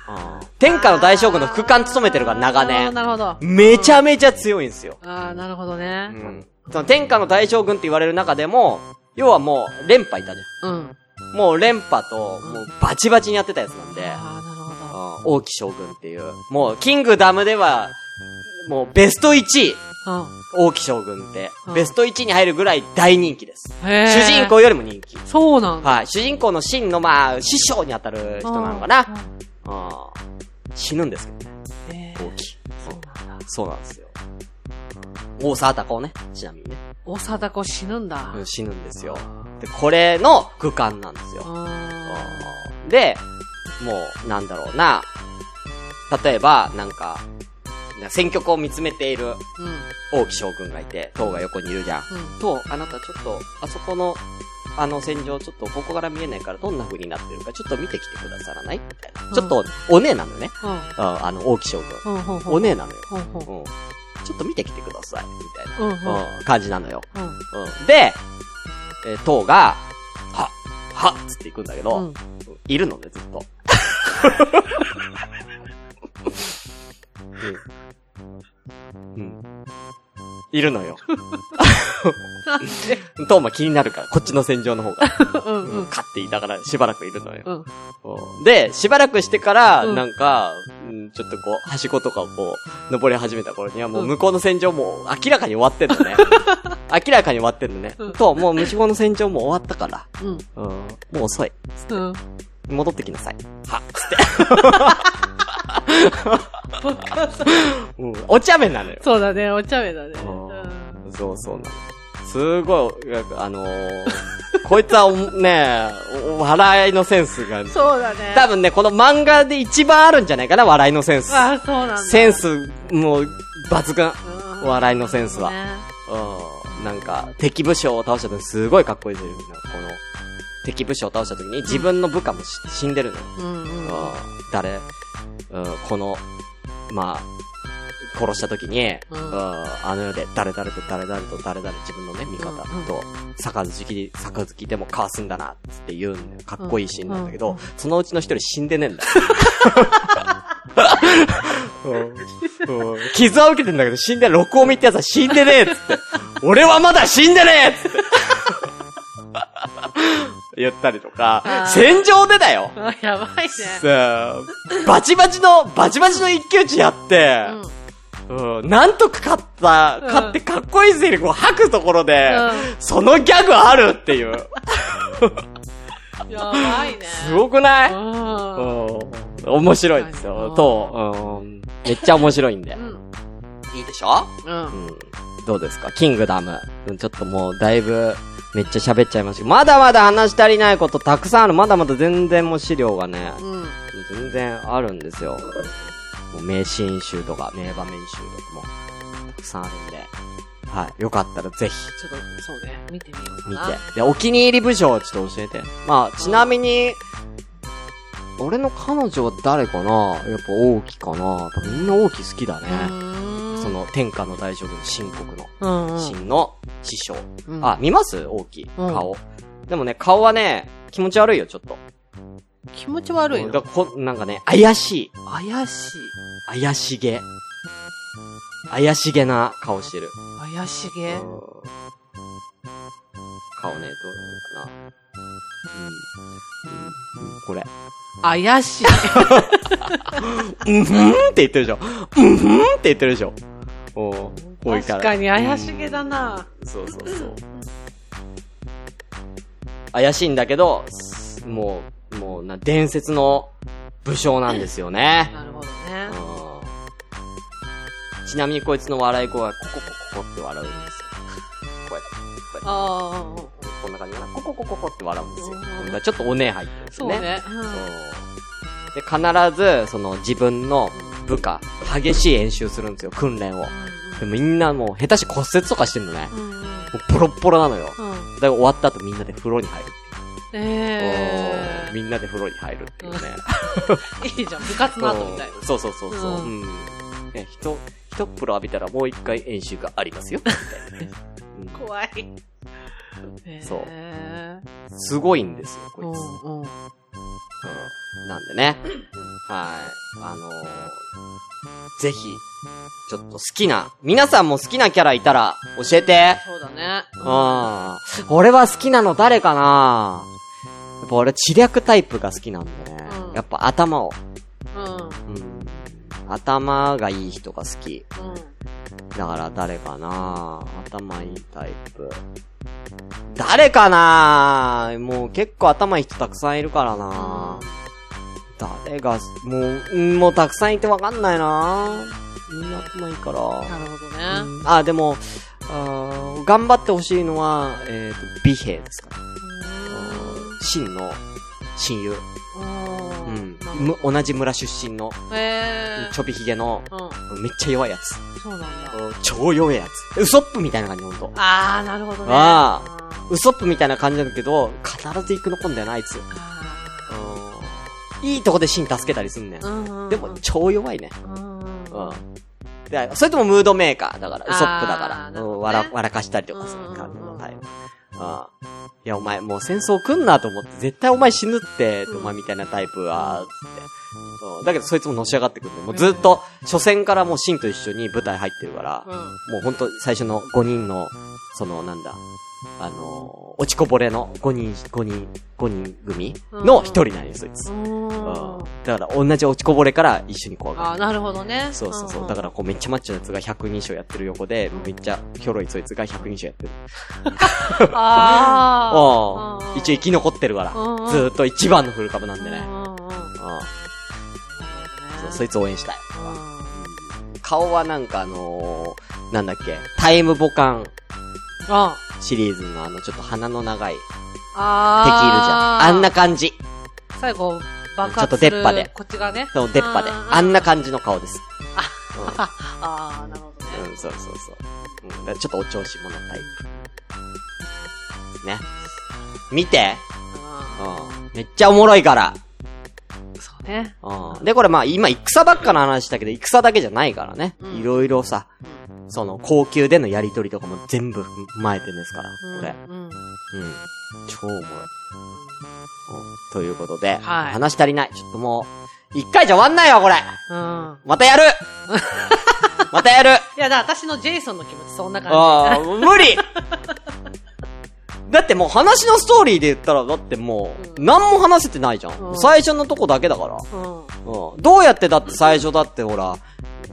S1: あー天下の大将軍の副官務めてるから、長
S3: あー
S1: 年。
S3: なるほど。あ
S1: めちゃめちゃ強いんですよ。
S3: ー、なるほどね
S1: う。ん。その天下の大将軍って言われる中でも、要はもう、連覇いたじ
S3: うん。
S1: ゃん。もう連覇と、もうバチバチにやってたやつなんで。
S3: あー、なるほど。
S1: うん王毅将軍っていう、もう、キングダムでは、もう、ベスト1位、王毅将軍って
S3: う、ん
S1: ベスト1位に入るぐらい大人気です。
S3: うん。へー
S1: 主人。公よりも人気。
S3: そうなんだ。
S1: はい、主人公の真の、まあ、師匠に当たる人なのかな。うん死ぬんですけどね、
S3: うん。へー
S1: 王毅。
S3: そうなんだ。
S1: そうなんですよ。大沢たかおね、ちなみにね。
S3: お貞子死ぬんだ。
S1: うん死ぬんですよ。で、これの区間なんですよ。
S3: あ
S1: で、もう、なんだろうな。例えば、なんか、選曲を見つめている
S3: ーうん。
S1: 王毅将軍がいて、党が横にいるじゃん。
S3: うん。
S1: 党、あなたちょっと、あそこの、あの戦場、ちょっとここから見えないからどんな風になってるか、ちょっと見てきてくださらないみたいな。ちょっと、お姉なのね。
S3: うん。
S1: ああの、王毅将軍。
S3: ほうほうほう。
S1: お姉なのよ。
S3: ほうほう。
S1: うん。ちょっと見てきてください。みたいな。
S3: うんうん。
S1: うん、感じなのよ。
S3: うん。
S1: うん。で、えー、党が、は、はっつっていくんだけど、
S3: うん
S1: いるのね、ずっと。うん。いるのよ。トーマ気になるから、こっちの戦場の方が。
S3: うん
S1: う、
S3: うんん。
S1: 勝って言いながら、しばらくいるのよ。
S3: うん。
S1: うんで、しばらくしてから、
S3: うん
S1: なんか、うんちょっとこう、はしごとかをこう、登り始めた頃には、もう向こうの戦場もう明らかに終わってんの ね。明らかに終わってんのね。
S3: うん
S1: と、もう向こうの戦場も終わったから、
S3: うん。
S1: うん、もう遅い。
S3: うん。
S1: 戻ってきなさい。は、つって。うん、お茶目なのよ。
S3: そうだね、お茶目だね。
S1: うそうそうなの。すごい、あの ー、こいつはおねお笑いのセンスが、
S3: そうだね。
S1: 多分ね、この漫画で一番あるんじゃないかな、笑いのセンス。
S3: ああ、そうなんだ。
S1: センス、もう、抜群。
S3: うん
S1: お笑いのセンスは。
S3: ね
S1: うん。なんか、敵武将を倒した時すごいかっこいいですよ。なんかこの、敵武将を倒した時に自分の部下もし死んでるのよ。
S3: うんうん。
S1: うん誰、うん、この、まあ、殺した時に、
S3: う
S1: うんん、あの世で誰々と誰々と誰々自分のね、味方
S3: うんうん
S1: と、杯で、杯でもかわすんだな、つって言うんだよ。かっこいいシーンなんだけ
S3: うん
S1: ど
S3: う、
S1: そのうちの一人死んでねえんだよ。うんうん傷は受けてんだけど、死んで、録音見ってやつは死んでねえっつって。俺はまだ死んでねえっつ って。言ったりと
S3: あー
S1: か、戦場でだよ
S3: あやばいね。
S1: さあ、バチバチの、バチバチの一騎打ちやって、
S3: うん。
S1: うん、なんとか勝った、
S3: うん
S1: 勝ってかっこいいセリフを吐くところで、
S3: う
S1: そのギャグあるっていう。
S3: ん。やばいね。
S1: すごくな
S3: う。
S1: い、うんん、面白いですよ。と、うん、めっちゃ面白いんで
S3: う。ん。
S1: いいでしょ
S3: うん。
S1: うん、どうですかキングダム。うんちょっともうだいぶ、めっちゃ喋っちゃいましたけど、まだまだ話し足りないことたくさんある。まだまだ全然もう資料がね、
S3: うん。
S1: 全然あるんですよ。もう名シーン集とか、名場面集とかも、たくさんあるんで。はい。よかったらぜひ、
S3: ちょっと、そうね。見てみよう
S1: 見
S3: かな。
S1: て。で、お気に入り部署をちょっと教えて。まあ、ちなみに、俺の彼女は誰かなやっぱ王毅かな多分みんな王毅好きだね。
S3: うん。
S1: そ、の、天下の大将軍、秦国の、
S3: うんうん。
S1: 秦の師匠。
S3: うん
S1: あ、、見ます王毅。
S3: うん
S1: 顔。でもね、顔はね、気持ち悪いよ、ちょっと。
S3: 気持ち悪い
S1: だ
S3: の。
S1: こなんかね、怪しい。
S3: 怪しい。
S1: 怪しげ。怪しげな顔してる。
S3: 怪しげ。
S1: うん顔ね、どうなのかな。うん。うんうんこれ。
S3: 怪しい。
S1: うんふんって言ってるでしょ。うんふんって言ってるでしょ。おーこういうキャ
S3: 確
S1: ラ
S3: かに怪しげだな。
S1: そうそうそう。怪しいんだけど、すもう、もうな、伝説の武将なんですよね。
S3: なるほどね。
S1: うんちなみにこいつの笑い声は、コココココって笑うんですよ。こうやって
S3: ああ、
S1: こんな感じかな。コココココって笑うんですよ。
S3: う
S1: だ
S3: ん
S1: からちょっとおねえ入ってるんです
S3: そ
S1: よね。
S3: うね。うん
S1: そうで、必ず、その自分の部下、激しい演習するんですよ、訓練を。でみんなもう下手し骨折とかしてんのね。
S3: うんうんうん
S1: もうボロッボロなのよ。だか
S3: うん。
S1: ら終わった後みんなで風呂に入る。お
S3: え
S1: ー
S3: え
S1: みんなで風呂に入るっていうね。
S3: いいじゃん。部活の後みたいな。
S1: そうそうそうそう。
S3: う
S1: うん。ね、人、一風呂浴びたらもう一回演習がありますよ。みたいなね
S3: 怖い。
S1: そう
S3: え
S1: うんすごいんですよ、こ
S3: ー
S1: いつ。
S3: うんうん。
S1: うんなんでね。はい。あのー、ぜひ、ちょっと好きな、皆さんも好きなキャラいたら教えて。
S3: そうだね。
S1: ああ。俺は好きなの誰かなやっぱ俺、知略タイプが好きなんでね。
S3: うん
S1: やっぱ頭を。
S3: うん。
S1: うん。頭がいい人が好き。
S3: うん。
S1: だから誰かな頭いいタイプ。誰かなもう結構頭いい人たくさんいるからな誰が、もう、うんもうたくさんいてわかんないなみんな頭いいから。
S3: なるほどね。
S1: うんあ、でも、あー頑張ってほしいのは、えっ、と、美兵ですかね。真の親友。
S3: うん
S1: う
S3: うん
S1: ん。む同じ村出身の、
S3: ええ
S1: ちょびひげの、
S3: うん。
S1: めっちゃ弱いやつ。
S3: そうなんだ。
S1: うん超弱いやつ。ウソップみたいな感じ、ほんと。
S3: ああ、なるほどね。
S1: あ
S3: あ
S1: ウソップみたいな感じなんだけど、必ず行くのこんだよな、あいつ。う
S3: あ
S1: んいいとこでシン助けたりすんねん
S3: ー。うんうんうん。
S1: でも、超弱いね。
S3: うん。
S1: うん。で、それともムードメーカーだから、ウソップだ
S3: あー
S1: か
S3: な
S1: ら、
S3: るほどね
S1: うんわら、わらかしたりとかする感じ
S3: うんうんう
S1: の
S3: ん
S1: タイプ。うん。いや、お前、もう戦争来んなと思って、絶対お前死ぬって、
S3: うん
S1: お前みたいなタイプは、つって。うんだけど、そいつものし上がってくるんで、もうずっと、初戦からもうシンと一緒に舞台入ってるから、
S3: うん。
S1: もうほんと最初の5人の、そのなんだ、あのー落ちこぼれの5人、5人、5人組の1人なんです、そいつ。うん
S3: うん。
S1: だから同じ落ちこぼれから一緒に怖
S3: あ
S1: が
S3: あ、
S1: る。
S3: なるほどね。。
S1: そうそうそう。だかららこうめっちゃマッチョなやつが100人称やってる横で、めっちゃひょろいそいつが100人称やってる。
S3: ああ
S1: うん。。一応生き残ってるから
S3: うんうん。
S1: ずーっと一番のフル株なんでね
S3: う。んうんう
S1: う
S3: ん。
S1: ん。そうそ
S3: そう
S1: いつ応援したい。
S3: うん。
S1: 顔はなんかあのー、なんだっけ、タイムボカン
S3: あ
S1: シリーズのあのちょっと鼻の長い敵いるじゃ
S3: あ
S1: ん。
S3: ー
S1: あんな感じ。
S3: 最後、爆
S1: ちょっと
S3: 発す
S1: 出
S3: る。
S1: っ歯で
S3: こっちがね。
S1: その出っ歯で。
S3: あー
S1: あんな感じの顔です。
S3: ああ、なるほどね。
S1: うん、そうそうそう。うん、だからちょっとお調子者タイプ。ね。見てうん。めっちゃおもろいから。
S3: うんそうね。
S1: うんで、これまあ今戦ばっかの話だけど、戦だけじゃないからね。
S3: うん
S1: いろいろさ、その、高級でのやりとりとかも全部踏まえてんですから、これ。
S3: うん。う
S1: う
S3: ん
S1: ん。超おもろい。うんということで、
S3: はい
S1: 話足りない。ちょっともう、一回じゃ終わんないわ、これ
S3: うん。
S1: またや るまたやる
S3: いや、だから私のジェイソンの気持ち、そんな感
S1: ああ、無理だってもう話のストーリーで言ったら、だってもう、
S3: うん
S1: 何も話せてないじゃん。
S3: うん
S1: 最初のとこだけだから。
S3: じ。うん。
S1: うん。どうやってだって最初だってほら、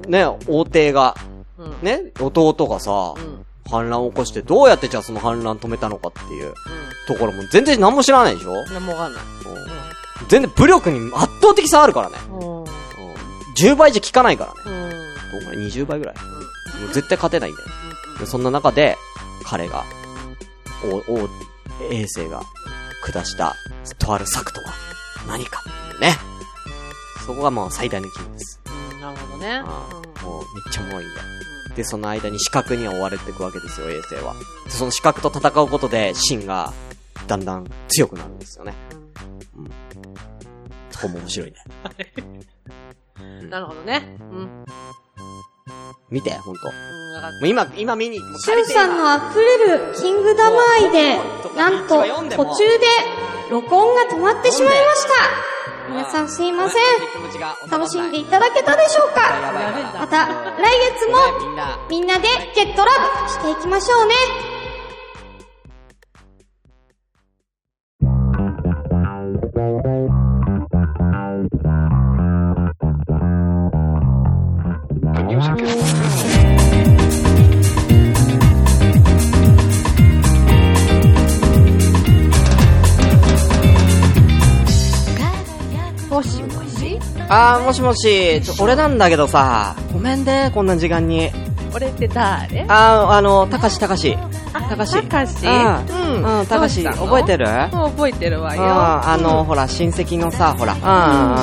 S1: ね、王帝が、
S3: うん。
S1: ね、弟がさ、
S3: うん。うん。
S1: 反乱を起こして、どうやってじゃあその反乱止めたのかっていうところも全然何も知らないでしょ、うん
S3: 何もわかんない。
S1: 全然武力に圧倒的差あるからね。
S3: うん。う
S1: う
S3: ん。
S1: ん。10倍じゃ効かないからね。
S3: うん。
S1: どんぐらい ?20 倍ぐらい。もう絶対勝てないんだよ。でそんな中で、彼が、お、お、衛星が下した、とある策とは何かっていうね。そこがもう最大のキーです。
S3: うん。なるほどね。
S1: ああもうめっちゃ重いんだよ。で、その間に視覚には追われていくわけですよ、衛星は。でその視覚と戦うことで、シンが、だんだん強くなるんですよね。そこも面白いね。
S3: うんなるほどね。うん。
S1: 見て、ほんと。も
S3: うん、わかった。
S1: う今、今見に、もう
S5: シュンさんの溢れるキングダム愛で、なんと途中で録音が止まってしまいました。皆さんすいません。
S1: 気持ちが
S5: 楽しんでいただけたでしょう
S1: や
S5: か
S1: ばいやばい
S5: また来月も
S1: みんな。
S5: みんなでゲットラブしていきましょうね。
S4: もしもし
S1: あー、もしもし、ちょ、俺なんだけどさ、ごめんね、こんな時間に。
S4: 俺って誰
S1: あー、あの、たかし、たかし。たかし。
S4: たかし
S1: うん、うん、たかし、覚えて
S4: る
S1: るうん、
S4: もう覚えてるわよ。
S1: あの、ほら、親戚のさ、ほら、うん、うん、うん、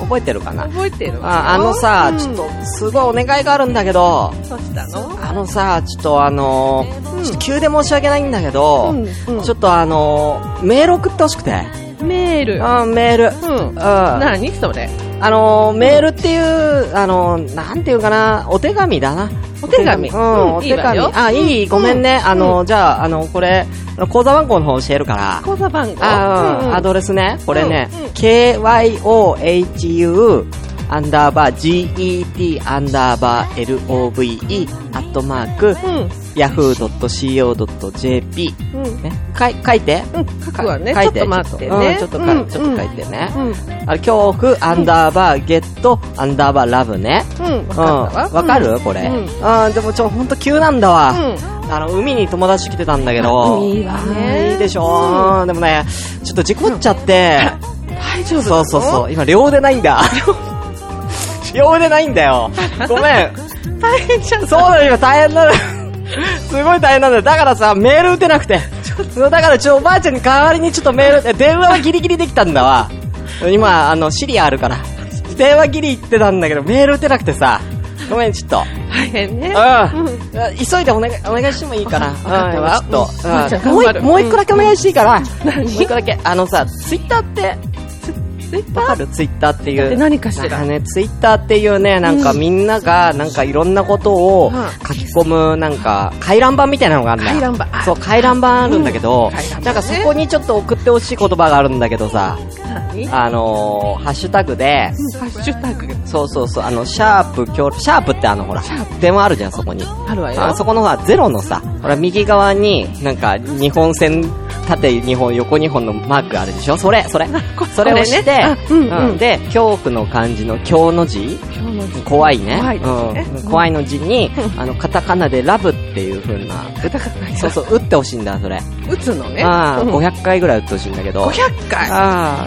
S1: 覚えてるかな。
S4: 覚えてるわよ。
S1: あ、あのさ
S4: う、ん
S1: ちょっと、すごいお願いがあるんだけど、
S4: どうしたの
S1: あのさ、ちょっとあの、ちょっと急で申し訳ないんだけど、
S4: うん
S1: ちょっとあの、メール送ってほしくて。
S4: メール。
S1: うん、メール。
S4: うん。
S1: うん。
S4: 何それ
S1: あのー、メールっていう、あのー、なんていうかな、お手紙だな。
S4: お手紙
S1: うん、
S4: うん
S1: お手
S4: いいわ
S1: 紙。
S4: よ
S1: あ、いい、ごめんね。あのー、じゃあ、あの、これ、あの口座番号の方教えるから。
S4: 口座番号
S1: あ、
S4: う
S1: うんん、
S4: うん
S1: アドレスね。これね、
S4: うんうん
S1: kyohu アンダーバー get アンダーバー love アットマーク、yahoo.co.jp
S4: うん。うん。
S1: ね、かい書いて。
S4: うん。書くわね。
S1: か
S4: ちょ
S1: 書い
S4: っと待って
S1: うん
S4: ね。
S1: ちょっとか、
S4: うん
S1: ちょっと書いてね。
S4: うん。
S1: あれ、恐怖、アンダーバー、ゲット、アンダーバー、ラブね。
S4: うん。わ
S1: うん。
S4: かったわ。
S1: わかるこれ。
S4: うん
S1: あーでもちょ、ほんと急なんだ
S4: う
S1: わ。
S4: ん。
S1: あの、海に友達来てたんだけど。
S4: 海はね
S1: あーいいでしょ。でもね、ちょっと事故っちゃって。
S4: 大丈夫
S1: そうそうそう。今、両腕ないんだ。両腕ないんだよ。ごめん。
S4: 大変じゃん。
S1: そうだよ、今大変なの。すごい大変なんだよ。だからさ、メール打てなくて。だから、ちょ、おばあちゃんに代わりにちょっとメール、え電話はギリギリできたんだわ。今、あの、シリアあるから。電話ギリ行ってたんだけど、メール打てなくてさ。ごめん、ちょっと。
S4: 大変ね。
S1: うん。急いでお願い、お願いしてもいいかな。う
S4: わ
S1: ん、
S4: かったわうん
S1: ちょっと。
S4: うん
S1: も
S4: 頑
S1: う
S4: 張
S1: 一
S4: る
S1: もう一個だけお願いしていいかな。もう一個だけ。あのさ、ツイッターって、
S4: ツイッタ
S1: わ
S4: ー
S1: かるツイッターってい
S4: って
S1: う。
S4: 何かしら
S1: なんね、ツイッターっていうね、なんかみんなが、なんかいろんなことを
S4: うん
S1: 書き込む、なんか、回覧板みたいなのがあるんだよ。
S4: 回覧板あ
S1: そう、回覧板あるんだけど、
S4: 回覧板ね
S1: なんかそこにちょっと送ってほしい言葉があるんだけどさ、
S4: 何ハ
S1: あのー、ハッシュタグで、
S4: ッシュタグ。
S1: そうそうそう、あの、シャープ、今日、シャープってあの、ほら、電話あるじゃん、そこに。
S4: あるわよ。
S1: あそこのさ、ゼロのさ、ほら、右側に、なんか、日本線、縦2本、横2本のマークあるでしょそれ、それ。それをして、
S4: あうんうん
S1: うんで、恐怖の漢字の恐の字
S4: 今日の
S1: 怖いね。
S4: 怖いですね
S1: うん、怖いの字に、あの、カタカナでラブっていう風な、そうそう、打ってほしいんだ、それ。
S4: 打つのね。
S1: ああ、
S4: うん
S1: 500回ぐらい打ってほしいんだけど。
S4: 500回。
S1: ああ、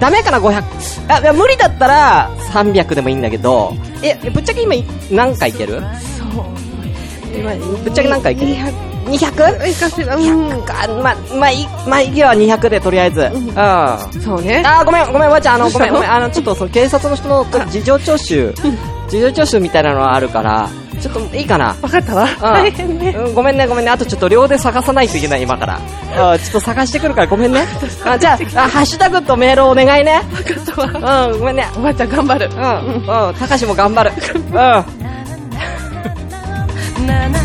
S1: ダメかな、500。あ、いや、無理だったら、300でもいいんだけど、え、ぶっちゃけ今い、何回いける
S4: 今
S1: ぶっちゃけ何回いける ?200?
S4: いかせら、
S1: 100か、ま、まあ、いい、まあ、いいよ、200で、とりあえず。うん。あ
S4: そうね。
S1: ー、ごめん、ごめん、わちゃん、あの、
S4: ど
S1: ご
S4: うした
S1: め
S4: の
S1: ん、ごめん、あの、ちょっと、その、警察の人の事情聴取、事情聴取みたいなのはあるから、ちょっといいかな
S4: わかったわ。大変ね。
S1: うん、ごめんね、ごめんね。あとちょっと秒で探さないといけない、今から。あーちょっと探してくるから、ごめん ね。あじゃああ、ハッシュタグとメールをお願いね。うん、ごめんね。
S4: おばあちゃん頑張る。
S1: うん、うん、たかしも頑張る。うん。
S2: なな